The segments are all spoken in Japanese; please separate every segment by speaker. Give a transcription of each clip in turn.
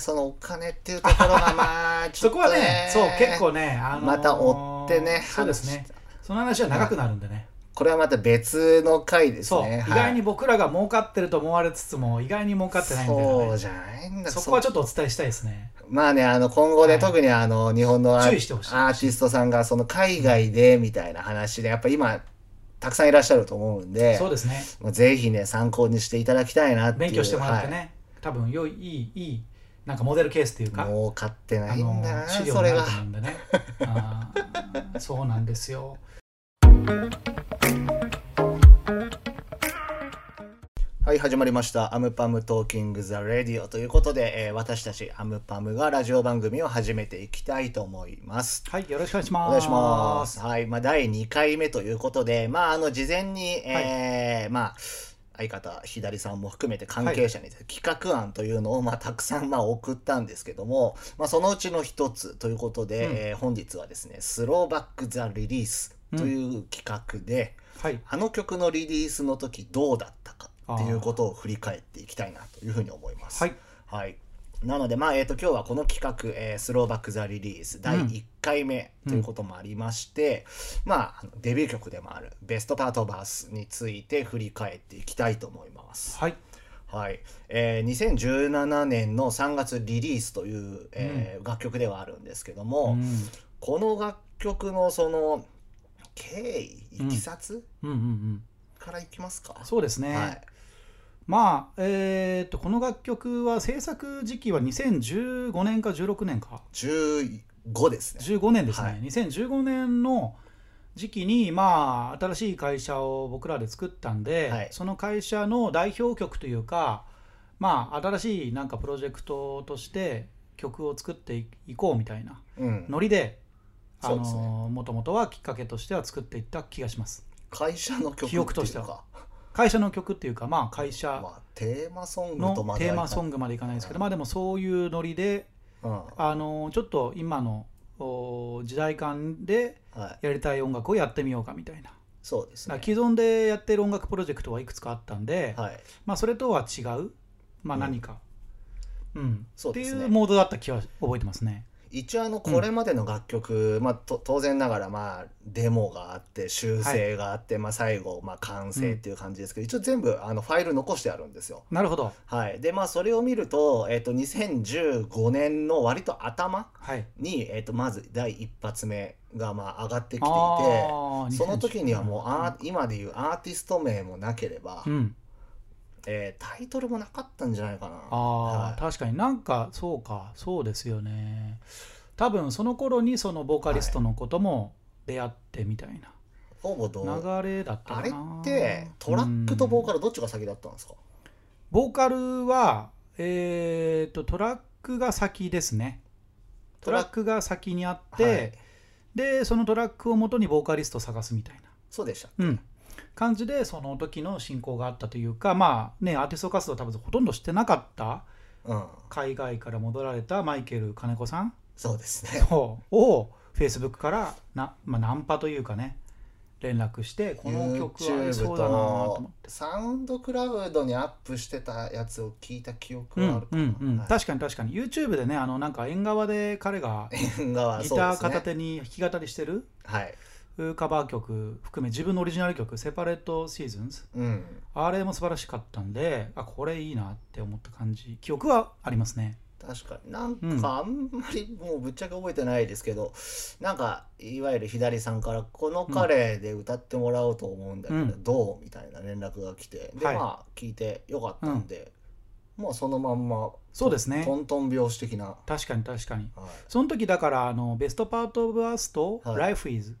Speaker 1: そのお金っていうところがまあちょっ
Speaker 2: そことはね、そう、結構ね、あのー
Speaker 1: また追ってね
Speaker 2: そうですね。その話は長くなるんでね。
Speaker 1: これはまた別の回です
Speaker 2: そう、
Speaker 1: ね
Speaker 2: 意外に僕らが儲かってると思われつつも、意外に儲かってないみたいな、
Speaker 1: そう
Speaker 2: ね。
Speaker 1: じゃないんだ
Speaker 2: そこはちょっとお伝えしたいですね。
Speaker 1: まあね、あの、今後ね、
Speaker 2: はい
Speaker 1: 特にあの、日本のア
Speaker 2: 注意してほしい
Speaker 1: アーティストさんが、その海外でみたいな話で、やっぱ今、たくさんいらっしゃると思うんで、
Speaker 2: そうですね。
Speaker 1: まあぜひね、参考にしていただきたいなっていう。
Speaker 2: 勉強してもらってね、
Speaker 1: はい
Speaker 2: 多分良いいいいいなんかモデルケースっていうか
Speaker 1: もう買ってな
Speaker 2: あ
Speaker 1: いん
Speaker 2: の
Speaker 1: だな、
Speaker 2: 資料
Speaker 1: そ
Speaker 2: に
Speaker 1: れ
Speaker 2: なる
Speaker 1: が
Speaker 2: と。思うんでねあーそうなんですよ
Speaker 1: はい、始まりました。アムパムトーキングザレディオということで、えー私たちアムパムがラジオ番組を始めていきたいと思います。
Speaker 2: はいよろしくお願いします
Speaker 1: お願いします。はい、まあ第2回目ということで、まああの事前に、えーまあ相方左さんも含めて関係者に企画案というのをまあたくさんまあ送ったんですけども、まあそのうちの一つということで、
Speaker 2: うん
Speaker 1: えー本日はですねスローバックザリリースという企画で、
Speaker 2: はい
Speaker 1: あの曲のリリースの時どうだったかっていうことを振り返っていきたいなというふうに思います。
Speaker 2: はい
Speaker 1: はい。なので、まあ、えっ、と、今日はこの企画、えースローバック・ザ・リリース第1回目
Speaker 2: うん
Speaker 1: ということもありまして、まああの、デビュー曲でもあるベストパートバースについて振り返っていきたいと思います。
Speaker 2: はい
Speaker 1: はい。えー2017年の3月リリースという、えー楽曲ではあるんですけども、
Speaker 2: うん
Speaker 1: この楽曲のその、経緯、いきさつ、
Speaker 2: うんうんうん
Speaker 1: からいきますか。
Speaker 2: そうですね、
Speaker 1: はい。
Speaker 2: まあえーっとこの楽曲は制作時期は2015年か16年か
Speaker 1: 15ですね。
Speaker 2: 15年ですね、
Speaker 1: はい
Speaker 2: 2015年の時期にまあ新しい会社を僕らで作ったんで、
Speaker 1: はい
Speaker 2: その会社の代表曲というかまあ新しいなんかプロジェクトとして曲を作っていこうみたいな
Speaker 1: うん。
Speaker 2: ノリで。あ
Speaker 1: そうですね
Speaker 2: のもともとはきっかけとしては作っていった気がします
Speaker 1: 会社の曲っていうか
Speaker 2: 記憶としては会社の曲っていうかまあ会社
Speaker 1: まあ、テーマソング
Speaker 2: の
Speaker 1: とまで
Speaker 2: テー
Speaker 1: はいかない
Speaker 2: マソングまでいかないですけどまあでもそういうノリで
Speaker 1: うん
Speaker 2: あのちょっと今のお時代感で
Speaker 1: はい、
Speaker 2: やりたい音楽をやってみようかみたいな
Speaker 1: そうです
Speaker 2: だ
Speaker 1: ね
Speaker 2: から。既存でやってる音楽プロジェクトはいくつかあったんで、
Speaker 1: はい、
Speaker 2: まあ、それとは違う、まあ、
Speaker 1: うん
Speaker 2: 何か、うん
Speaker 1: そう
Speaker 2: って
Speaker 1: で
Speaker 2: い
Speaker 1: すね
Speaker 2: うモードだった気は覚えてますね。
Speaker 1: 一応あのこれまでの楽曲、まあ、と当然ながらまあデモがあって修正があって、まあ、最後、まあ、完成っていう感じですけど、一応全部あのファイル残してあるんですよ。
Speaker 2: なるほど、
Speaker 1: はい、でまあそれを見ると,、えっと2015年の割と頭
Speaker 2: はい、
Speaker 1: に、えっとまず第一発目がまあ上がってきていて。
Speaker 2: あー
Speaker 1: その時にはもうあー
Speaker 2: 2010
Speaker 1: 今でいうアーティスト名もなければ、
Speaker 2: うん、
Speaker 1: えータイトルもなかったんじゃないかな。
Speaker 2: ああ、
Speaker 1: は
Speaker 2: 確かになんかそうかそうですよね多分その頃にそのボーカリストのことも出会ってみたいな
Speaker 1: あほぼ同
Speaker 2: 流れだった
Speaker 1: あ
Speaker 2: か
Speaker 1: れ
Speaker 2: な
Speaker 1: ってトラックとボーカ
Speaker 2: ル、
Speaker 1: ルどっちが先だったんですか、
Speaker 2: ボーカルはえー、とトラックが先ですねトラックが先にあって、
Speaker 1: はい
Speaker 2: でそのトラックを元にボーカリストを探すみたい
Speaker 1: そうでしたっけ
Speaker 2: な、うん、感じでその時の進行があったというかまあねアーティスト活動多分ほとんどしてなかった
Speaker 1: うん、
Speaker 2: 海外から戻られたマイケル金子さん
Speaker 1: そうですね。
Speaker 2: をを Facebook からな、まあ、ナンパというかね連絡して この曲は合い
Speaker 1: YouTube
Speaker 2: そうだなと思
Speaker 1: と
Speaker 2: って。
Speaker 1: サウンドクラウドにアップしてたやつを聞いた記憶
Speaker 2: う
Speaker 1: があ
Speaker 2: ん
Speaker 1: るか
Speaker 2: う
Speaker 1: な。
Speaker 2: んうん、
Speaker 1: はい
Speaker 2: 確かに確かに YouTube でねあのなんか縁側で彼が
Speaker 1: 縁側
Speaker 2: ギ
Speaker 1: そうで
Speaker 2: ター
Speaker 1: すね
Speaker 2: 片手に弾き語りしてる
Speaker 1: はい。
Speaker 2: カバー曲含め自分のオリジナル曲「セパレートシーズンズ
Speaker 1: うん。
Speaker 2: あれも素晴らしかったんで、あ、これいいなって思った感じ、記憶はありますね。
Speaker 1: 確かになん
Speaker 2: うん
Speaker 1: かあんまりもうぶっちゃけ覚えてないですけど、なんかいわゆる左さんから「この彼で歌ってもらおうと思うんだけど、
Speaker 2: うん
Speaker 1: どう?」みたいな連絡が来てで、
Speaker 2: はい
Speaker 1: まあ聞いてよかったんで、まあそのまんま
Speaker 2: そうですね
Speaker 1: ト。ントン拍子的な、は
Speaker 2: 確かに確かに。
Speaker 1: い、
Speaker 2: その時だから、あの、ベストパートオブアースと、
Speaker 1: はい
Speaker 2: ライフイズ。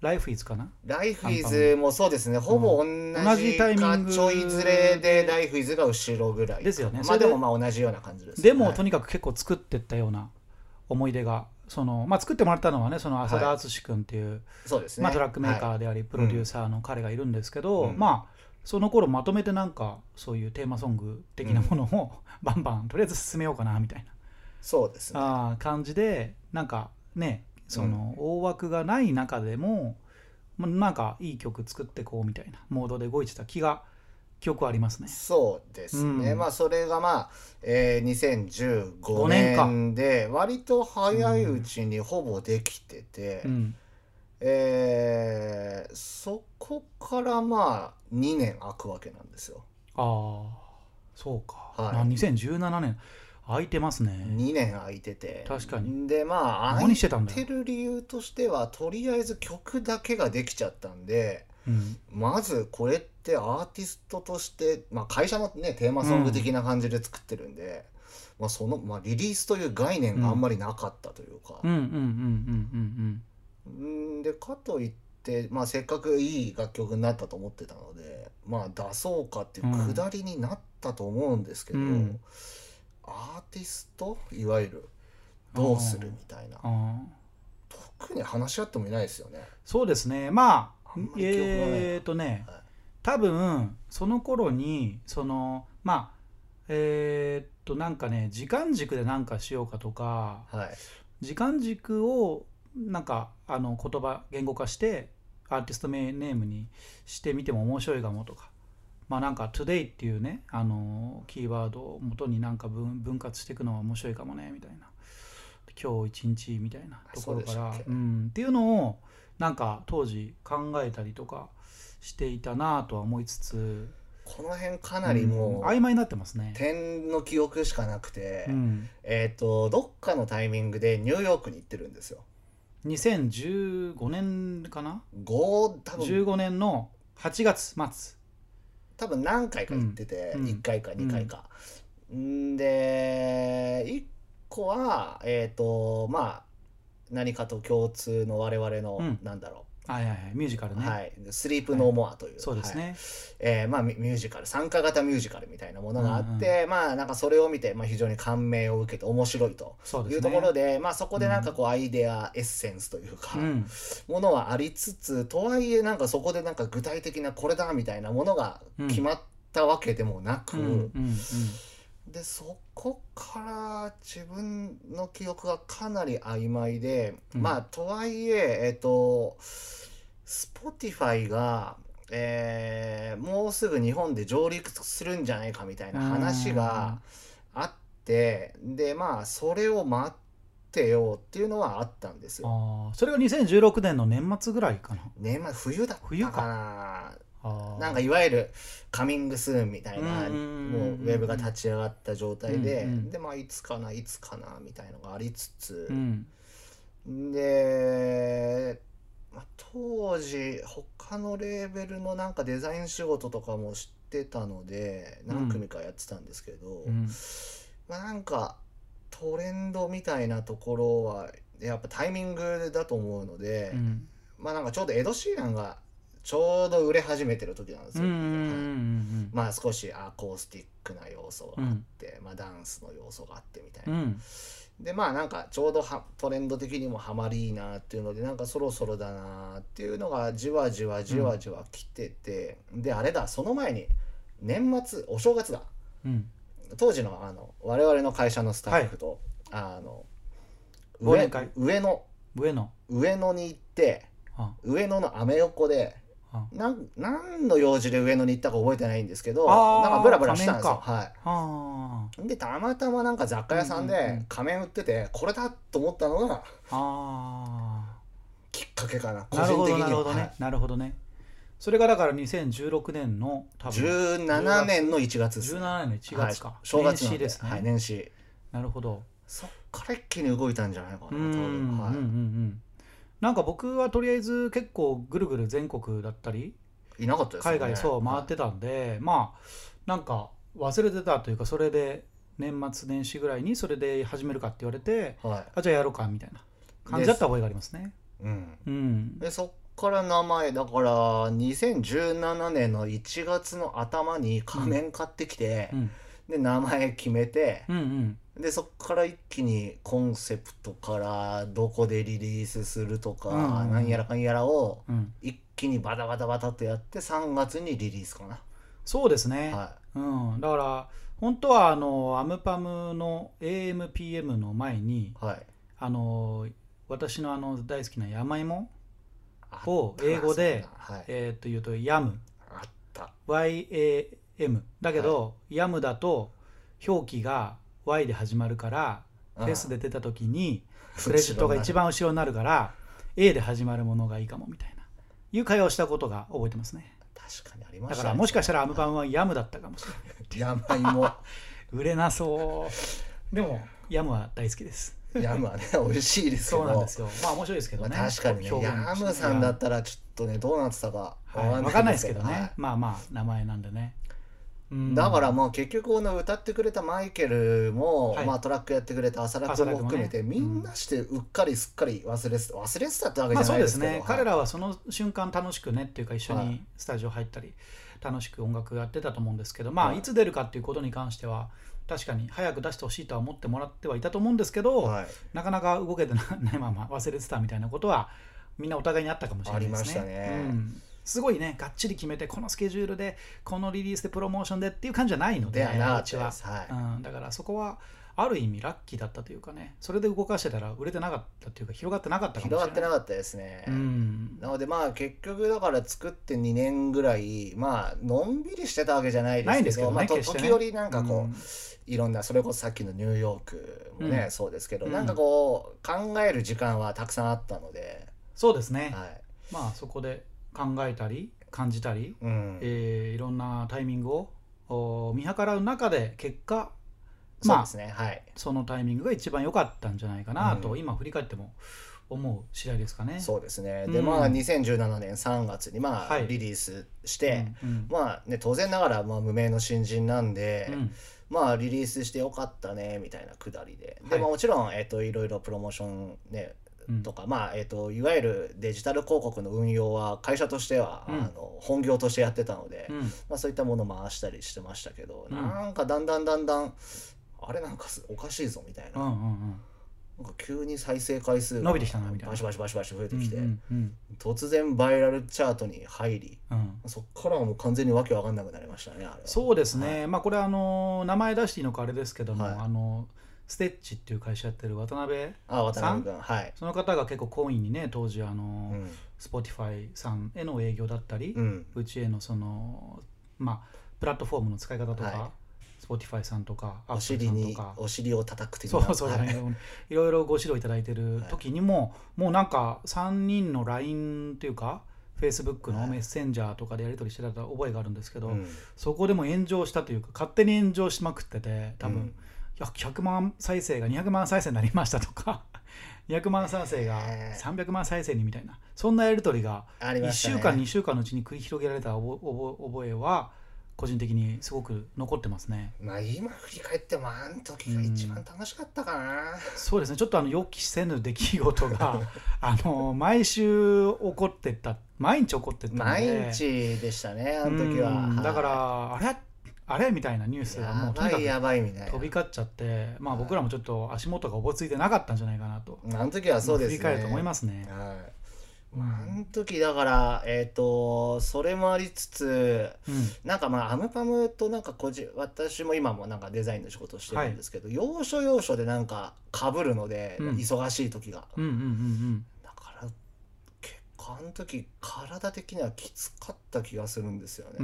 Speaker 2: ライフイズかな
Speaker 1: ライフイズもそうですね、ほぼ同
Speaker 2: 同
Speaker 1: じ
Speaker 2: じ
Speaker 1: か
Speaker 2: タイミング
Speaker 1: ちょいずれでライフイズが後ろぐらいか
Speaker 2: ですよね
Speaker 1: まあ
Speaker 2: それで
Speaker 1: でもまあ同じような感じです、
Speaker 2: でも、
Speaker 1: はい
Speaker 2: とにかく結構作ってったような思い出が、その、まあ、作ってもらったのはね、その浅田敦君っていう、
Speaker 1: そうですね、
Speaker 2: まあ、トラックメーカ
Speaker 1: はい
Speaker 2: ーであり、プロデューサーの彼がいるんですけど、
Speaker 1: うん
Speaker 2: まあ、その頃まとめてなんか、そういうテーマソング的なものを、バンバン、とりあえず進めようかな、みたいな。
Speaker 1: そうですね
Speaker 2: あー感じでなんかねその大枠がない中でも、まなんかいい曲作ってこうみたいなモードで動いてた気が記憶はありますね。
Speaker 1: そうですね、
Speaker 2: うん
Speaker 1: まあそれがまあ、えー、2015
Speaker 2: 5年か
Speaker 1: 年で割と早いうちにほぼできてて、
Speaker 2: うん、
Speaker 1: えーそこからまあ2年空くわけなんですよ。
Speaker 2: ああそうか、
Speaker 1: はい
Speaker 2: な2017年空いてますね。
Speaker 1: 2年空いてて
Speaker 2: 確かに
Speaker 1: でまあ空
Speaker 2: 何
Speaker 1: い
Speaker 2: してたんだ
Speaker 1: て
Speaker 2: よ、
Speaker 1: る理由としてはとりあえず曲だけができちゃったんで
Speaker 2: うん
Speaker 1: まずこれってアーティストとして、まあ、会社のねテーマソング的な感じで作ってるんで、まあ、その、まあ、リリースという概念があんまりなかったというか
Speaker 2: うん、うんうんう
Speaker 1: う
Speaker 2: ん
Speaker 1: んでかといって、まあ、せっかくいい楽曲になったと思ってたので、まあ、出そうかっていうくだりになったと思うんですけど、
Speaker 2: うん
Speaker 1: アーティストいわゆるどうするみたいな
Speaker 2: うんうんあー
Speaker 1: 特に話し合ってもいないですよね。
Speaker 2: そうですねまあ
Speaker 1: あんまり記憶がないな
Speaker 2: えーとね
Speaker 1: はい
Speaker 2: 多分その頃にそのまあえーっとなんかね時間軸で何かしようかとか
Speaker 1: はい、
Speaker 2: 時間軸をなんかあの言葉言語化してアーティスト名ネームにしてみても面白いかもとかまあなんか「today」っていうねあのキーワードを元になんか分分割していくのは面白いかもねみたいな今日一日みたいなところか
Speaker 1: あそう
Speaker 2: ら
Speaker 1: でしたっけ
Speaker 2: うん、っていうのをなんか当時考えたりとかしていたなとは思いつつ
Speaker 1: この辺かなりも
Speaker 2: ん
Speaker 1: う、
Speaker 2: 曖昧になってますね。
Speaker 1: 点の記憶しかなくて、
Speaker 2: うん、
Speaker 1: えっ、とどっかのタイミングでニューヨークに行ってるんですよ。
Speaker 2: 2015年かな
Speaker 1: 5多分
Speaker 2: 15年の8月末
Speaker 1: 多分何回か行ってて、
Speaker 2: うん
Speaker 1: 一1回か2回か。んで1個はえっ、とまあ何かと共通の我々の、
Speaker 2: うん
Speaker 1: なんだろ
Speaker 2: はいはいはいミュージカル
Speaker 1: う、
Speaker 2: ね、
Speaker 1: はい「スリープノーモア」という、
Speaker 2: そうで
Speaker 1: は
Speaker 2: す
Speaker 1: い
Speaker 2: ね、
Speaker 1: えーまあ、ミミュージカル参加型ミュージカルみたいなものがあって、まあなんかそれを見て、まあ、非常に感銘を受けて面白いと
Speaker 2: そうで
Speaker 1: い
Speaker 2: すね
Speaker 1: うところでまあ、そこでなんかこう、アイデアエッセンスというか、
Speaker 2: うん、
Speaker 1: ものはありつつとはいえなんかそこでなんか具体的なこれだみたいなものが決まったわけでもなく、
Speaker 2: うんうんうん
Speaker 1: でそこから自分の記憶がかなり曖昧で、
Speaker 2: うん
Speaker 1: まあとはいええっと Spotify が、えーもうすぐ日本で上陸するんじゃないかみたいな話があってでまあそれを待ってよっていうのはあったんですよ。
Speaker 2: あーそれが2016年の年末ぐらいかな
Speaker 1: 年末冬だったか
Speaker 2: 冬
Speaker 1: な
Speaker 2: あー
Speaker 1: なんかいわゆるカミングスーンみたいな
Speaker 2: うんうんうんうん
Speaker 1: もうウェブが立ち上がった状態で、
Speaker 2: うんうん
Speaker 1: でまあいつかないつかなみたいのがありつつ
Speaker 2: う、ん
Speaker 1: で、まあ、当時他のレーベルのなんかデザイン仕事とかもしてたので何組かやってたんですけど、
Speaker 2: うん
Speaker 1: まあ、なんかトレンドみたいなところはやっぱタイミングだと思うので、
Speaker 2: うん
Speaker 1: まあなんかちょうどエド・シーランがちょうど売れ始めてる時なんです
Speaker 2: うんうんう
Speaker 1: よ。は
Speaker 2: ん
Speaker 1: い
Speaker 2: うん
Speaker 1: まあ少しアコースティックな要素
Speaker 2: う
Speaker 1: があっ
Speaker 2: ん
Speaker 1: て、まあダンスの要素があってみたいうな。
Speaker 2: ん
Speaker 1: でまあなんかちょうどはトレンド的にもハマりいいなっていうのでなんかそろそろだなっていうのがじわじわじわじわ来てて、であれだその前に年末お正月だ
Speaker 2: うん
Speaker 1: 当時のあの我々の会社のスタッフと、あの
Speaker 2: 忘
Speaker 1: 上
Speaker 2: 年会
Speaker 1: 上野
Speaker 2: 上野
Speaker 1: 上野に行って
Speaker 2: あ
Speaker 1: 上野のアメ横で
Speaker 2: あ
Speaker 1: なん何の用事で上野に行ったか覚えてないんですけど
Speaker 2: あー
Speaker 1: なんかブラブラしたんですよ。
Speaker 2: 仮面
Speaker 1: は
Speaker 2: あ
Speaker 1: い、でたまたまなんか雑貨屋さん
Speaker 2: うんうんう
Speaker 1: で
Speaker 2: ん
Speaker 1: 仮面売っててこれだと思ったのが
Speaker 2: ーあ
Speaker 1: きっかけかな
Speaker 2: ー
Speaker 1: 個
Speaker 2: なる
Speaker 1: 人
Speaker 2: ほ
Speaker 1: 的
Speaker 2: ど
Speaker 1: に
Speaker 2: なるほど
Speaker 1: は、
Speaker 2: ね、
Speaker 1: はい
Speaker 2: なるほどねそれがだから2016年の多分
Speaker 1: 17年の1月です
Speaker 2: 17年の1月か、
Speaker 1: はい、正月なん
Speaker 2: 年
Speaker 1: で
Speaker 2: 始ですね、
Speaker 1: はい、年始
Speaker 2: なるほど
Speaker 1: そっから一気に動いたんじゃないかな多
Speaker 2: うんうん
Speaker 1: 分、
Speaker 2: うん
Speaker 1: はい
Speaker 2: うんなんか僕はとりあえず結構ぐるぐる全国だったり
Speaker 1: いなかったですよ
Speaker 2: 海
Speaker 1: ね
Speaker 2: 外そう回っ
Speaker 1: は
Speaker 2: てたんで、まあなんか忘れてたというかそれで年末年始ぐらいにそれで始めるかって言われて
Speaker 1: い、はい
Speaker 2: あじゃあやろうかみたいな感じだった覚えがありますね。
Speaker 1: うん、
Speaker 2: うん、
Speaker 1: でそっから名前だから2017年の1月の頭に仮面買ってきて、
Speaker 2: うん
Speaker 1: で名前決めて、
Speaker 2: うんうん
Speaker 1: でそっから一気にコンセプトからどこでリリースするとか、
Speaker 2: うんうん
Speaker 1: なんやらかんやらを
Speaker 2: うん
Speaker 1: 一気にバタバタバタとやって3月にリリースかな、
Speaker 2: そうですね、
Speaker 1: は
Speaker 2: うん、だから本当はあのアムパムの AMPM の前に
Speaker 1: いはい
Speaker 2: あの私のあの大好きな山芋、
Speaker 1: あ
Speaker 2: を英語で
Speaker 1: はい、
Speaker 2: えー、と言うとヤム
Speaker 1: あった
Speaker 2: YAMU M だけど、ヤムだと表記が Y で始まるから
Speaker 1: うん
Speaker 2: フェスで出た時にクレジットが一番後ろになるから A で始まるものがいいかもみたいないう会話をしたことが覚えてますね
Speaker 1: 確かにありま
Speaker 2: だ
Speaker 1: し
Speaker 2: か
Speaker 1: た
Speaker 2: ら
Speaker 1: ね
Speaker 2: もしかしたらあの版はヤムだったかもしれない
Speaker 1: 山芋
Speaker 2: 売れなそうでもヤムは大好きです
Speaker 1: 山ね美味しいですけ
Speaker 2: そ
Speaker 1: ど
Speaker 2: うなんですよまあ面白いですけどね、
Speaker 1: まあ、確かにね
Speaker 2: 表現
Speaker 1: ヤ
Speaker 2: として
Speaker 1: ムさんだったらちょっとねどうなってたか
Speaker 2: はい、わかんないですけどね、
Speaker 1: はい
Speaker 2: まあまあ名前なんでね、うん
Speaker 1: だからもう結局この歌ってくれたマイケルも、
Speaker 2: はい
Speaker 1: まあ、トラックやってくれた浅田君も含めて、
Speaker 2: 浅田
Speaker 1: み
Speaker 2: 君もね
Speaker 1: んなしてうっかりすっかり忘れてた忘れてたってわけ
Speaker 2: まあ
Speaker 1: じゃ
Speaker 2: そ
Speaker 1: な
Speaker 2: う
Speaker 1: い
Speaker 2: で
Speaker 1: ですすけど、
Speaker 2: ね、
Speaker 1: はい
Speaker 2: 彼らはその瞬間楽しくねっていうか一緒
Speaker 1: は
Speaker 2: に
Speaker 1: い
Speaker 2: スタジオ入ったり楽しく音楽やってたと思うんですけど、まあ
Speaker 1: はい
Speaker 2: いつ出るかっていうことに関しては確かに早く出してほしいとは思ってもらってはいたと思うんですけど、
Speaker 1: はい
Speaker 2: なかなか動けてなないまま忘れてたみたいなことはみんなお互いにあったかもしれないですね。
Speaker 1: ありましたね
Speaker 2: うんすごいね、がっちり決めて、このスケジュールで、このリリースで、プロモーションでっていう感じじゃないので、
Speaker 1: ではなか
Speaker 2: う
Speaker 1: っ
Speaker 2: ち
Speaker 1: たで
Speaker 2: は。
Speaker 1: すはい、
Speaker 2: うん、だからそこはある意味ラッキーだったというかねそれで動かしてたら売れてなかったというか広がってなかったかもしれない
Speaker 1: 広がってなかったですね、
Speaker 2: うん
Speaker 1: なのでまあ結局だから作って2年ぐらいまあのんびりしてたわけじゃないです
Speaker 2: ないん
Speaker 1: け
Speaker 2: ですけ
Speaker 1: ど
Speaker 2: どね
Speaker 1: まあと
Speaker 2: 決してね
Speaker 1: 時折なんかこう、
Speaker 2: うん
Speaker 1: いろんなそれこそさっきのニューヨークもね、
Speaker 2: うん
Speaker 1: そうですけど、
Speaker 2: うん
Speaker 1: なんかこう考える時間はたくさんあったので、
Speaker 2: そうですね、
Speaker 1: はい
Speaker 2: まあそこで考えたり感じたり、
Speaker 1: うん
Speaker 2: えーいろんなタイミングをお見計らう中で結果
Speaker 1: そうですねはい
Speaker 2: そのタイミングが一番良かったんじゃないかなと、
Speaker 1: うん
Speaker 2: 今振り返っても思う次第ですかね。
Speaker 1: そうですねで、
Speaker 2: うん
Speaker 1: まあ2017年3月にまあ、
Speaker 2: はい
Speaker 1: リリースし
Speaker 2: うん
Speaker 1: て、
Speaker 2: うん
Speaker 1: まあね当然ながらまあ無名の新人なんで、
Speaker 2: うん
Speaker 1: まあリリースしてよかったねみたいなくだりで、
Speaker 2: は
Speaker 1: で
Speaker 2: い
Speaker 1: まあもちろんえっ、といろいろプロモーションね
Speaker 2: うん
Speaker 1: とか、まあえっといわゆるデジタル広告の運用は会社としては、
Speaker 2: うん
Speaker 1: あの本業としてやってたので、
Speaker 2: うん
Speaker 1: まあ、そういったものを回したりしてましたけど、
Speaker 2: うん
Speaker 1: なんかだんだんだんだんあれなんかすおかしいぞみたいな,、
Speaker 2: うんうん
Speaker 1: なんか急に再生回数が
Speaker 2: 伸びてきたなみたいな
Speaker 1: バシバシバシバシ増え
Speaker 2: う
Speaker 1: て
Speaker 2: ん
Speaker 1: きて、
Speaker 2: うんうん
Speaker 1: 突然バイラルチャートに入り
Speaker 2: うん
Speaker 1: そっからはもう完全にわけわかんなくなりましたねあれは
Speaker 2: そうですね、
Speaker 1: はい
Speaker 2: まあこれあの名前出していいのかあれですけども、
Speaker 1: はい
Speaker 2: あのステッチっていう会社やってる渡辺
Speaker 1: あ渡辺君はい、
Speaker 2: その方が結構懇意にね当時あの、
Speaker 1: うん
Speaker 2: Spotify さんへの営業だったり、
Speaker 1: う
Speaker 2: うんちへのそのまあプラットフォームの使い方とか、
Speaker 1: は
Speaker 2: Spotify さんとか
Speaker 1: お
Speaker 2: Apple さ
Speaker 1: 尻
Speaker 2: んと
Speaker 1: に
Speaker 2: か。
Speaker 1: お尻を叩く的
Speaker 2: そ
Speaker 1: な
Speaker 2: うそう、
Speaker 1: はい
Speaker 2: い、ろいろご指導いただいてる時にも、もうなんか3人の LINE というか Facebook
Speaker 1: は
Speaker 2: の
Speaker 1: い
Speaker 2: メッセンジャーとかでやり取りしてた覚えがあるんですけど、
Speaker 1: うん
Speaker 2: そこでも炎上したというか勝手に炎上しまくってて多分、
Speaker 1: うん
Speaker 2: いや100万再生が200万再生になりましたとか 200万再生が
Speaker 1: へー
Speaker 2: 300万再生にみたいなそんなやり取りが
Speaker 1: あり
Speaker 2: 1
Speaker 1: ました、ね、
Speaker 2: 週間2週間のうちに繰り広げられた覚覚覚えは個人的にすごく残ってますね
Speaker 1: まあ今振り返ってもあの時が一番楽しかったかな、
Speaker 2: そうですねちょっとあの予期せぬ出来事 があの毎週起こってった毎日起こってったので
Speaker 1: 毎日でしたねあの時は、
Speaker 2: うん
Speaker 1: はい
Speaker 2: だからあれあれみたいなニュースがも
Speaker 1: や
Speaker 2: うとにか
Speaker 1: ば
Speaker 2: く
Speaker 1: いやばいみたいな
Speaker 2: 飛び交っちゃって、まあ、
Speaker 1: はい
Speaker 2: 僕らもちょっと足元がおぼついてなかったんじゃないかなと、
Speaker 1: あの時はそうですね
Speaker 2: 振り返ると思いますね。
Speaker 1: はい、
Speaker 2: うん
Speaker 1: あの時だからえっ、とそれもありつつ
Speaker 2: うん
Speaker 1: なんかまあアムパムとなんか個人私も今もなんかデザインの仕事をしてるんですけど、要所要所でなんかかぶるので、
Speaker 2: うん
Speaker 1: 忙しい時が、
Speaker 2: うんうんうん
Speaker 1: だから結構あの時体的にはきつかった気がするんですよね
Speaker 2: う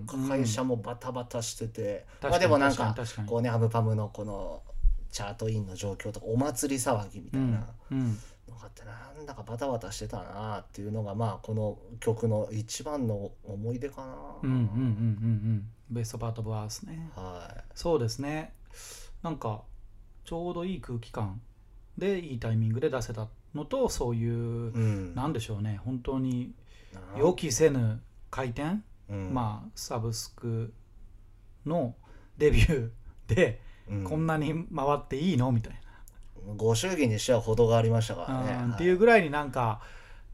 Speaker 1: なんか会社もバタバタしてて、
Speaker 2: うん、
Speaker 1: まあでもなんか
Speaker 2: 確に確かに
Speaker 1: こうねアムパムのこのチャートインの状況とかお祭り騒ぎみたいな
Speaker 2: うんうん
Speaker 1: のがあってなんだかバタバタしてたなっていうのがまあこの曲の一番の思い出かな、
Speaker 2: うんうんうんうんうんベストパート・オブ・アースね
Speaker 1: は
Speaker 2: そうですねなんかちょうどいい空気感でいいタイミングで出せたのとそういう
Speaker 1: い、うん
Speaker 2: なんでしょうね本当に
Speaker 1: な
Speaker 2: 予期せぬ回転
Speaker 1: うん
Speaker 2: まあサブスクのデビューで
Speaker 1: うん
Speaker 2: こんなに回っていいのみたい
Speaker 1: ご祝儀にしては程がありましたか
Speaker 2: な、
Speaker 1: らね、
Speaker 2: うん
Speaker 1: は
Speaker 2: っていうぐらいになんか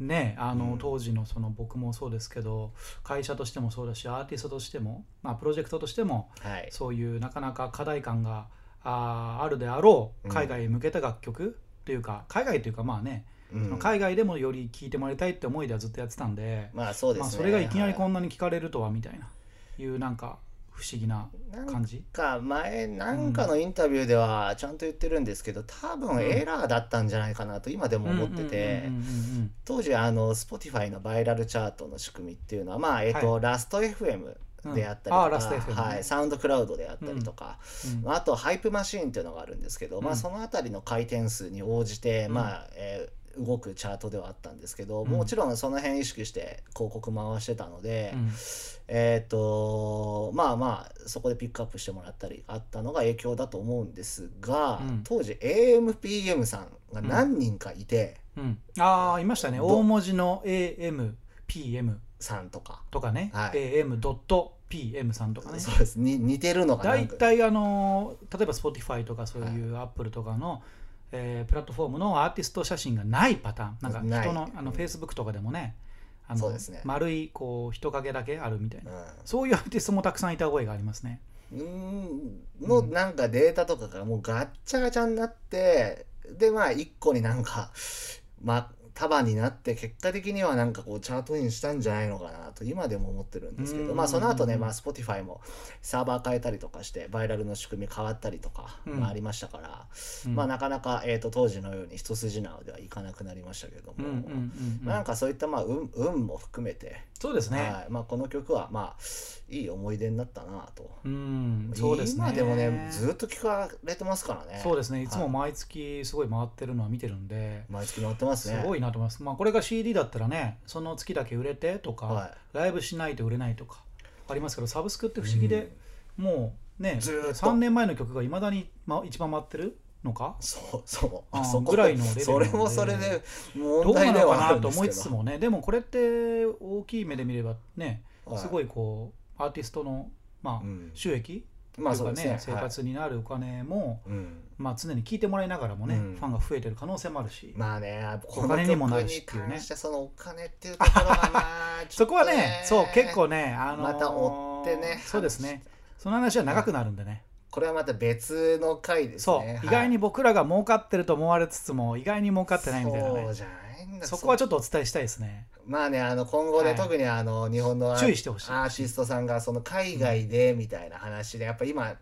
Speaker 2: ねあの、
Speaker 1: うん
Speaker 2: 当時のその僕もそうですけど会社としてもそうだしアーティストとしても、まあ、プロジェクトとしても
Speaker 1: はい
Speaker 2: そういうなかなか課題感があーあるであろう
Speaker 1: うん
Speaker 2: 海外へ向けた楽曲というか海外というかまあね、
Speaker 1: うん
Speaker 2: その海外でもより聴いてもらいたいって思いではずっとやってたんで、
Speaker 1: まあそうです
Speaker 2: ま
Speaker 1: ね、
Speaker 2: あ、それがいきなりこ
Speaker 1: は
Speaker 2: んなに聞かれるとはみたいな、いうなんか不思議ない
Speaker 1: なん
Speaker 2: 感じ。
Speaker 1: か前なんかのインタビューではちゃんと言ってるんですけど多分エラーだったんじゃないかなと今でも思ってて
Speaker 2: うんうん
Speaker 1: 当時あの Spotify のバイラルチャートの仕組みっていうのはまあえっとラスト FM であったりと
Speaker 2: うんあ
Speaker 1: か、
Speaker 2: ーラスト FM ね
Speaker 1: はい、サウンドクラウドであったりとか、
Speaker 2: うん
Speaker 1: あとハイプマシーンっていうのがあるんですけど、ま
Speaker 2: う
Speaker 1: あ、
Speaker 2: ん
Speaker 1: その辺りの回転数に応じて、
Speaker 2: うん
Speaker 1: まあえー動くチャートではあったんですけど、
Speaker 2: うん
Speaker 1: もちろんその辺意識して広告回してたので、
Speaker 2: うん
Speaker 1: えっ、とまあまあそこでピックアップしてもらったりあったのが影響だと思うんですが、
Speaker 2: うん
Speaker 1: 当時 AMPM さんが何人かいて、
Speaker 2: うん、ああいましたね
Speaker 1: ど
Speaker 2: 大文字の AMPM
Speaker 1: さんとか、
Speaker 2: とかね、
Speaker 1: はい
Speaker 2: AM.PM さんとかね
Speaker 1: そうですに似てるのがな
Speaker 2: 大
Speaker 1: んか
Speaker 2: 体あの例えば Spotify とかそういう Apple とかの、えープラットフォームのアーティスト写真がないパターンなん
Speaker 1: な
Speaker 2: か
Speaker 1: い
Speaker 2: 人のあの
Speaker 1: うん
Speaker 2: Facebook とかでもねあ
Speaker 1: そう
Speaker 2: の
Speaker 1: ですね
Speaker 2: 丸いこう人影だけあるみたいな、
Speaker 1: うん
Speaker 2: そういうアーティストもたくさんいた覚えがありますね
Speaker 1: うーんのなんかデータとかがもうガッチャガチャになってでまあ一個になんかまあ束になって結果的にはなんかこうチャートインしたんじゃないのかなと今でも思ってるんですけ
Speaker 2: うんうんう
Speaker 1: ど
Speaker 2: ん
Speaker 1: まあその後ねまあ Spotify もサーバー変えたりとかしてバイラルの仕組み変わったりとか
Speaker 2: うん
Speaker 1: まあありましたから、
Speaker 2: うん
Speaker 1: まあなかなかえーと当時のように一筋縄ではいかなくなりましたけども、
Speaker 2: うんうんうんうん
Speaker 1: まあなんかそういったまあ運運も含めて、
Speaker 2: そうですね、
Speaker 1: はいまあ、この曲はまあいい思い出になったなと。
Speaker 2: うんそうですね
Speaker 1: 今でもねずっと聞かれてますからね
Speaker 2: そうですねいつも
Speaker 1: はい
Speaker 2: 毎月すごい回ってるのは見てるんで、
Speaker 1: 毎月乗ってます
Speaker 2: す
Speaker 1: ね
Speaker 2: ごいなと思います、まあ、これが CD だったらねその月だけ売れてとか、
Speaker 1: は
Speaker 2: ライブしないと売れないとかありますけどサブスクって不思議で、もうね
Speaker 1: ずーっと
Speaker 2: 3年前の曲がいまだに、ま、一番回ってるのか
Speaker 1: そうそう
Speaker 2: あー
Speaker 1: そこ
Speaker 2: ぐらいのレベルなんで
Speaker 1: それもそれで
Speaker 2: ど
Speaker 1: 問
Speaker 2: うな
Speaker 1: 題で
Speaker 2: の
Speaker 1: はあ
Speaker 2: か
Speaker 1: る
Speaker 2: なんと
Speaker 1: です
Speaker 2: 思
Speaker 1: け
Speaker 2: い
Speaker 1: ど
Speaker 2: つつもねでもこれって大きい目で見ればねすご
Speaker 1: い、
Speaker 2: いこうアーティストの、
Speaker 1: う
Speaker 2: まあ、
Speaker 1: ん、
Speaker 2: 収益
Speaker 1: まあ
Speaker 2: と
Speaker 1: そう
Speaker 2: か
Speaker 1: ですね
Speaker 2: ね生活になるお金も、
Speaker 1: はいうん
Speaker 2: まあ、常に聴いてもらいながらもね、
Speaker 1: うん
Speaker 2: ファンが増えてる可能性もあるし、
Speaker 1: まあねこ
Speaker 2: お
Speaker 1: の
Speaker 2: 金
Speaker 1: 曲
Speaker 2: にもなるし
Speaker 1: に
Speaker 2: っていうね
Speaker 1: 関してそのお金っていうところがまあ
Speaker 2: そこはね、
Speaker 1: ちょ
Speaker 2: そ
Speaker 1: っ
Speaker 2: う
Speaker 1: と、
Speaker 2: 結構ね、あのー
Speaker 1: また追ってね
Speaker 2: そうですね、その話は長くなるんでね、
Speaker 1: これはまた別の回ですね
Speaker 2: そう、
Speaker 1: はい
Speaker 2: 意外に僕らが儲かってると思われつつも、意外に儲かってないみたいな
Speaker 1: そう
Speaker 2: ね、
Speaker 1: じゃないんだ
Speaker 2: そこはちょっとお伝えしたいですね。
Speaker 1: まあねあの今後ね、
Speaker 2: はい
Speaker 1: 特にあの日本のアー
Speaker 2: 注意してほしい。
Speaker 1: アーティストさんがその海外でみたいな話でやっぱ今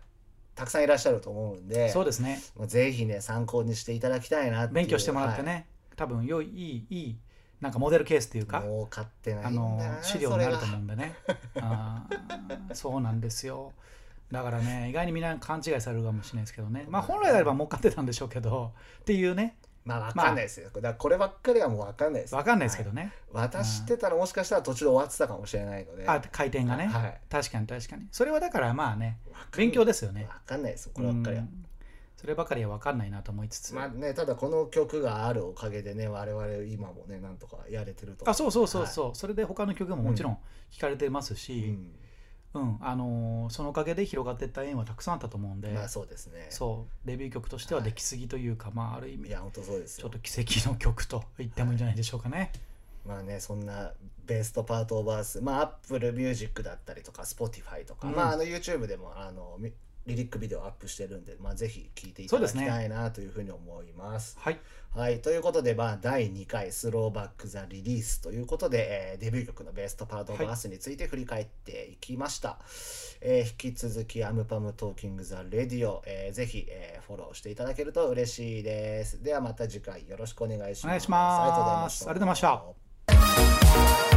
Speaker 1: たくさんいらっしゃると思うんで
Speaker 2: そうですね、
Speaker 1: もうぜひね参考にしていただきたいなっていう
Speaker 2: 勉強してもらって、ね、多分良い、いい、いい、なんかモデルケースっていう
Speaker 1: はい
Speaker 2: か、
Speaker 1: もう買ってない
Speaker 2: あ
Speaker 1: んだな、
Speaker 2: のー資料になると思
Speaker 1: う
Speaker 2: うんでね、あーそうなんですよ。だからね、意外にみんな勘違いされるかもしれないですけどね、まあ本来であれば儲かってたんでしょうけど、っていうね、
Speaker 1: まあわかんないですよ、だからこればっかりはもうわかんないです
Speaker 2: わかんないですけどね。
Speaker 1: 渡してたらもしかしたら途中で終わってたかもしれないので
Speaker 2: あ回転がね、
Speaker 1: はい
Speaker 2: 確かに確かにそれはだからまあね
Speaker 1: わかん
Speaker 2: 勉強ですよね
Speaker 1: わかんないですよこればっかりは
Speaker 2: うんそればかりは分かんないなと思いつつ、
Speaker 1: まあねただこの曲があるおかげでね我々今もねなんとかやれてると
Speaker 2: あそうそうそうそう、それで他の曲ももちろん聴かれてます
Speaker 1: う
Speaker 2: し、
Speaker 1: ん
Speaker 2: うんあのーそのおかげで広がっていった縁はたくさんあったと思うんで、
Speaker 1: まあそうですね
Speaker 2: そうデビュー曲としてはできすぎというか、まあある意
Speaker 1: い
Speaker 2: 味
Speaker 1: や本当そうです
Speaker 2: ち
Speaker 1: よ
Speaker 2: ょっと奇跡の曲と言ってもいいんじゃないでしょうかね、
Speaker 1: まあねそんなベストパートオブアースまあアップルミュージックだったりとか Spotify とか、
Speaker 2: うん
Speaker 1: まああの YouTube でもあのミリリックビデオアップしてるんで、まあ、ぜひ聴いていただきたいなというふうに思います。
Speaker 2: はい
Speaker 1: はい、ということで、まあ、第2回スローバック・ザ・リリースということで、えーデビュー曲のベストパート・オブ・アースについて振り返っていきました。えー引き続き、アムパム・トーキング・ザ・レディオ、えーぜひ、えーフォローしていただけると嬉しいです。ではまた次回よろしくお願いします。
Speaker 2: お願いします
Speaker 1: ありがとうございました。
Speaker 2: ありがとうございました